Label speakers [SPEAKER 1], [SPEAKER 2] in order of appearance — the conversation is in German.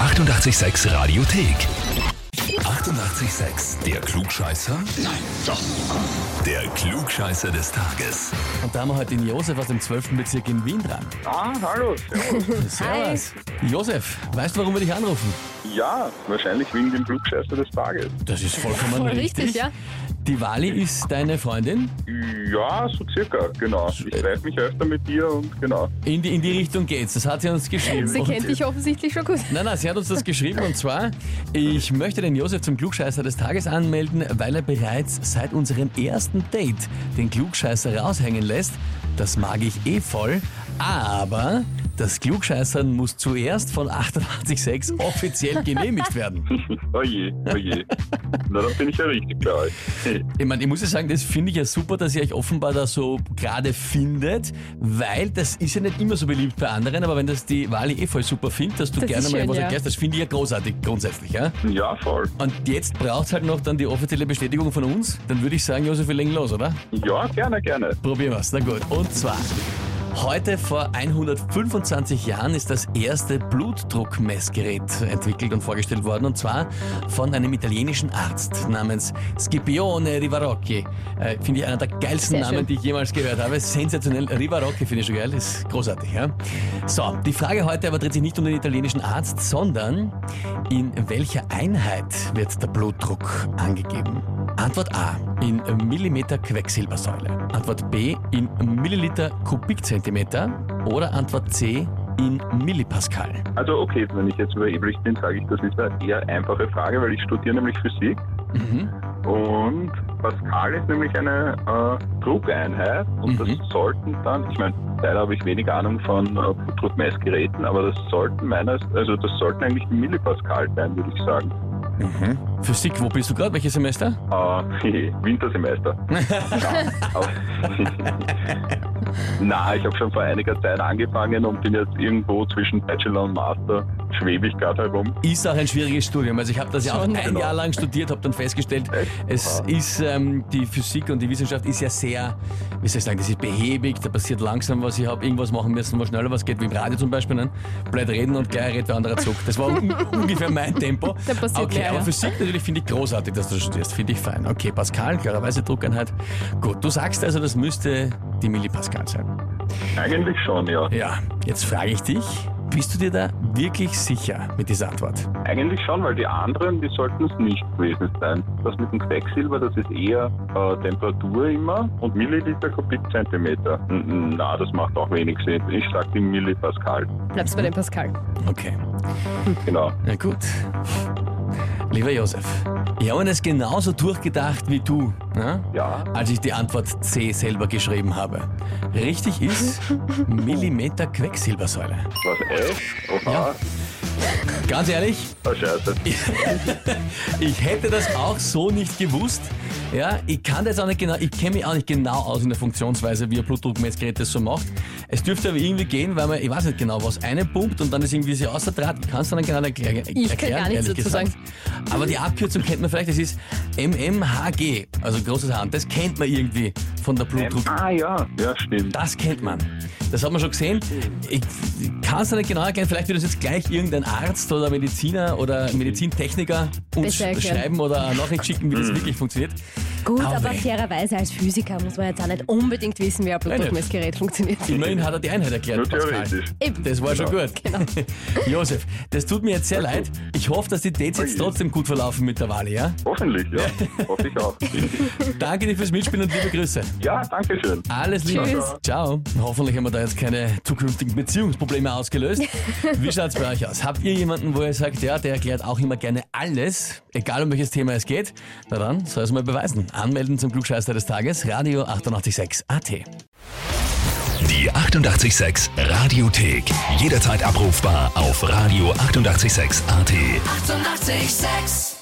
[SPEAKER 1] 886 Radiothek. 88,6. Der Klugscheißer? Nein, doch. Der Klugscheißer des Tages.
[SPEAKER 2] Und da haben wir heute den Josef aus dem 12. Bezirk in Wien dran.
[SPEAKER 3] Ah, hallo. servus.
[SPEAKER 2] Servus. Josef, weißt du, warum wir dich anrufen?
[SPEAKER 3] ja, wahrscheinlich wegen dem Klugscheißer des Tages.
[SPEAKER 2] Das ist vollkommen
[SPEAKER 4] Voll richtig, ja.
[SPEAKER 2] Die Wali ist deine Freundin.
[SPEAKER 3] Ja, so circa, genau. Ich treffe mich öfter mit dir und genau.
[SPEAKER 2] In die, in die Richtung geht's. Das hat sie uns geschrieben.
[SPEAKER 4] Sie
[SPEAKER 2] Und-
[SPEAKER 4] kennt dich offensichtlich schon gut.
[SPEAKER 2] Nein, nein, sie hat uns das geschrieben und zwar, ich möchte den Josef zum Klugscheißer des Tages anmelden, weil er bereits seit unserem ersten Date den Klugscheißer raushängen lässt. Das mag ich eh voll, aber das Klugscheißern muss zuerst von 886 offiziell genehmigt werden.
[SPEAKER 3] Oje, oje. oh Na, dann bin ich ja richtig bei euch.
[SPEAKER 2] Ich meine, ich muss ja sagen, das finde ich ja super, dass ihr euch offenbar da so gerade findet, weil das ist ja nicht immer so beliebt bei anderen, aber wenn das die Wali eh voll super findet, dass du
[SPEAKER 4] Das
[SPEAKER 2] gerne
[SPEAKER 4] ist
[SPEAKER 2] mal
[SPEAKER 4] schön,
[SPEAKER 2] was
[SPEAKER 4] ja.
[SPEAKER 2] erklärst, das finde ich ja großartig grundsätzlich, ja?
[SPEAKER 3] Ja, voll.
[SPEAKER 2] Und jetzt braucht's halt noch dann die offizielle Bestätigung von uns. Dann würde ich sagen, Josef, wir legen los, oder?
[SPEAKER 3] Ja, gerne, gerne.
[SPEAKER 2] Probieren wir's. Na gut. Und zwar. Heute vor 125 Jahren ist das erste Blutdruckmessgerät entwickelt und vorgestellt worden, und zwar von einem italienischen Arzt namens Scipione Rivarocchi. Äh, finde ich einer der geilsten
[SPEAKER 4] Sehr
[SPEAKER 2] Namen,
[SPEAKER 4] schön.
[SPEAKER 2] die ich jemals gehört habe. Sensationell. Rivarocchi finde ich schon geil, ist großartig. Ja? So, die Frage heute aber dreht sich nicht um den italienischen Arzt, sondern in welcher Einheit wird der Blutdruck angegeben? Antwort A in Millimeter Quecksilbersäule. Antwort B in Milliliter Kubikzentimeter. Oder Antwort C in Millipascal.
[SPEAKER 3] Also okay, wenn ich jetzt überheblich bin, sage ich, das ist eine eher einfache Frage, weil ich studiere nämlich Physik
[SPEAKER 2] Mhm.
[SPEAKER 3] und Pascal ist nämlich eine äh, Druckeinheit und
[SPEAKER 2] Mhm.
[SPEAKER 3] das sollten dann, ich meine, leider habe ich wenig Ahnung von äh, Blutdruckmessgeräten, aber das sollten meines, also das sollten eigentlich Millipascal sein, würde ich sagen.
[SPEAKER 2] Physik, wo bist du gerade? Welches Semester?
[SPEAKER 3] Äh, Wintersemester. Aber- Na, ich habe schon vor einiger Zeit angefangen und bin jetzt irgendwo zwischen Bachelor und Master, schwebe ich gerade herum.
[SPEAKER 2] Ist auch ein schwieriges Studium. Also ich habe das ja auch ein
[SPEAKER 4] Schon.
[SPEAKER 3] Genau.
[SPEAKER 2] Jahr lang studiert, habe dann festgestellt,
[SPEAKER 3] Echt?
[SPEAKER 2] es
[SPEAKER 3] Wow.
[SPEAKER 2] ist ähm, die Physik und die Wissenschaft ist ja sehr, wie soll ich sagen, das ist behäbig, da passiert langsam was. Ich habe irgendwas machen müssen, wo schneller was geht, wie im Radio zum Beispiel. Ne? Bleibt reden und gleich redet der andere zurück. Das war un ungefähr mein Tempo.
[SPEAKER 4] Da passiert
[SPEAKER 2] okay,
[SPEAKER 4] mehr,
[SPEAKER 2] aber
[SPEAKER 4] ja.
[SPEAKER 2] Physik natürlich finde ich großartig, dass du studierst. Finde ich fein. Okay, Pascal, klarerweise Druckeinheit. Gut, du sagst also, das müsste die Millipascal sein.
[SPEAKER 3] Eigentlich schon, ja.
[SPEAKER 2] Ja, jetzt frage ich dich, bist du dir da wirklich sicher mit dieser Antwort?
[SPEAKER 3] Eigentlich schon, weil die anderen, die sollten es nicht gewesen sein. Das mit dem Quecksilber, das ist eher äh, Temperatur immer und Milliliter Kubikzentimeter. N- n- Na, das macht auch wenig Sinn. Ich sag die Millipascal.
[SPEAKER 4] Bleibst bei dem Pascal.
[SPEAKER 2] Okay.
[SPEAKER 3] Genau.
[SPEAKER 2] Na gut. Lieber Josef, ich habe mir das genauso durchgedacht wie du, ne?
[SPEAKER 3] Ja.
[SPEAKER 2] als ich die Antwort C selber geschrieben habe. Richtig ist Millimeter Quecksilbersäule.
[SPEAKER 3] Was echt? Oha.
[SPEAKER 2] Ja. Ganz ehrlich,
[SPEAKER 3] Oh, scheiße.
[SPEAKER 2] ich hätte das auch so nicht gewusst. Ja, ich kann das auch nicht genau, ich kenne mich auch nicht genau aus in der Funktionsweise, wie ein Blutdruckmessgerät das so macht. Es dürfte aber irgendwie gehen, weil man, ich weiß nicht genau, was einen pumpt und dann ist irgendwie sie außer Draht. Ich kann es dann nicht genau erklären.
[SPEAKER 4] Ich kann gar nichts
[SPEAKER 2] ehrlich
[SPEAKER 4] dazu
[SPEAKER 2] gesagt.
[SPEAKER 4] sagen.
[SPEAKER 2] Aber die Abkürzung kennt man vielleicht, das ist MMHG, also großes Hand. Das kennt man irgendwie von der Blutdruck.
[SPEAKER 3] Ah ja, ja stimmt.
[SPEAKER 2] Das kennt man. Das hat man schon gesehen. Ich kann es nicht genau erklären. Vielleicht wird uns jetzt gleich irgendein Arzt oder Mediziner oder Medizintechniker uns
[SPEAKER 4] Besser erklären.
[SPEAKER 2] schreiben oder eine Nachricht schicken, wie das wirklich funktioniert.
[SPEAKER 4] Gut,
[SPEAKER 2] Au
[SPEAKER 4] aber
[SPEAKER 2] weh.
[SPEAKER 4] fairerweise als Physiker muss man jetzt auch nicht unbedingt wissen, wie ein Blutdruckmessgerät funktioniert.
[SPEAKER 2] Immerhin hat er die Einheit erklärt.
[SPEAKER 3] Nur
[SPEAKER 2] Pascal.
[SPEAKER 3] theoretisch.
[SPEAKER 4] Eben.
[SPEAKER 2] Das war schon gut. Josef, das tut mir jetzt sehr leid. Ich hoffe, dass die Dates jetzt
[SPEAKER 3] Oje.
[SPEAKER 2] trotzdem gut verlaufen mit der Wahl, ja?
[SPEAKER 3] Hoffentlich, ja. Hoffe ich auch.
[SPEAKER 2] Danke dir fürs Mitspielen und liebe Grüße.
[SPEAKER 3] Ja, danke schön.
[SPEAKER 2] Alles Liebe.
[SPEAKER 4] Tschüss.
[SPEAKER 2] Ciao. Hoffentlich haben wir da jetzt keine zukünftigen Beziehungsprobleme ausgelöst. Wie schaut's bei euch aus? Habt ihr jemanden, wo ihr sagt, ja, der erklärt auch immer gerne alles, egal um welches Thema es geht? Na dann, soll es mal beweisen. Anmelden zum Klugscheißer des Tages, Radio 886 AT.
[SPEAKER 1] Die 88,6 Radiothek. Jederzeit abrufbar auf radio886.at. 88,6.
[SPEAKER 5] Eighty-eight, sex.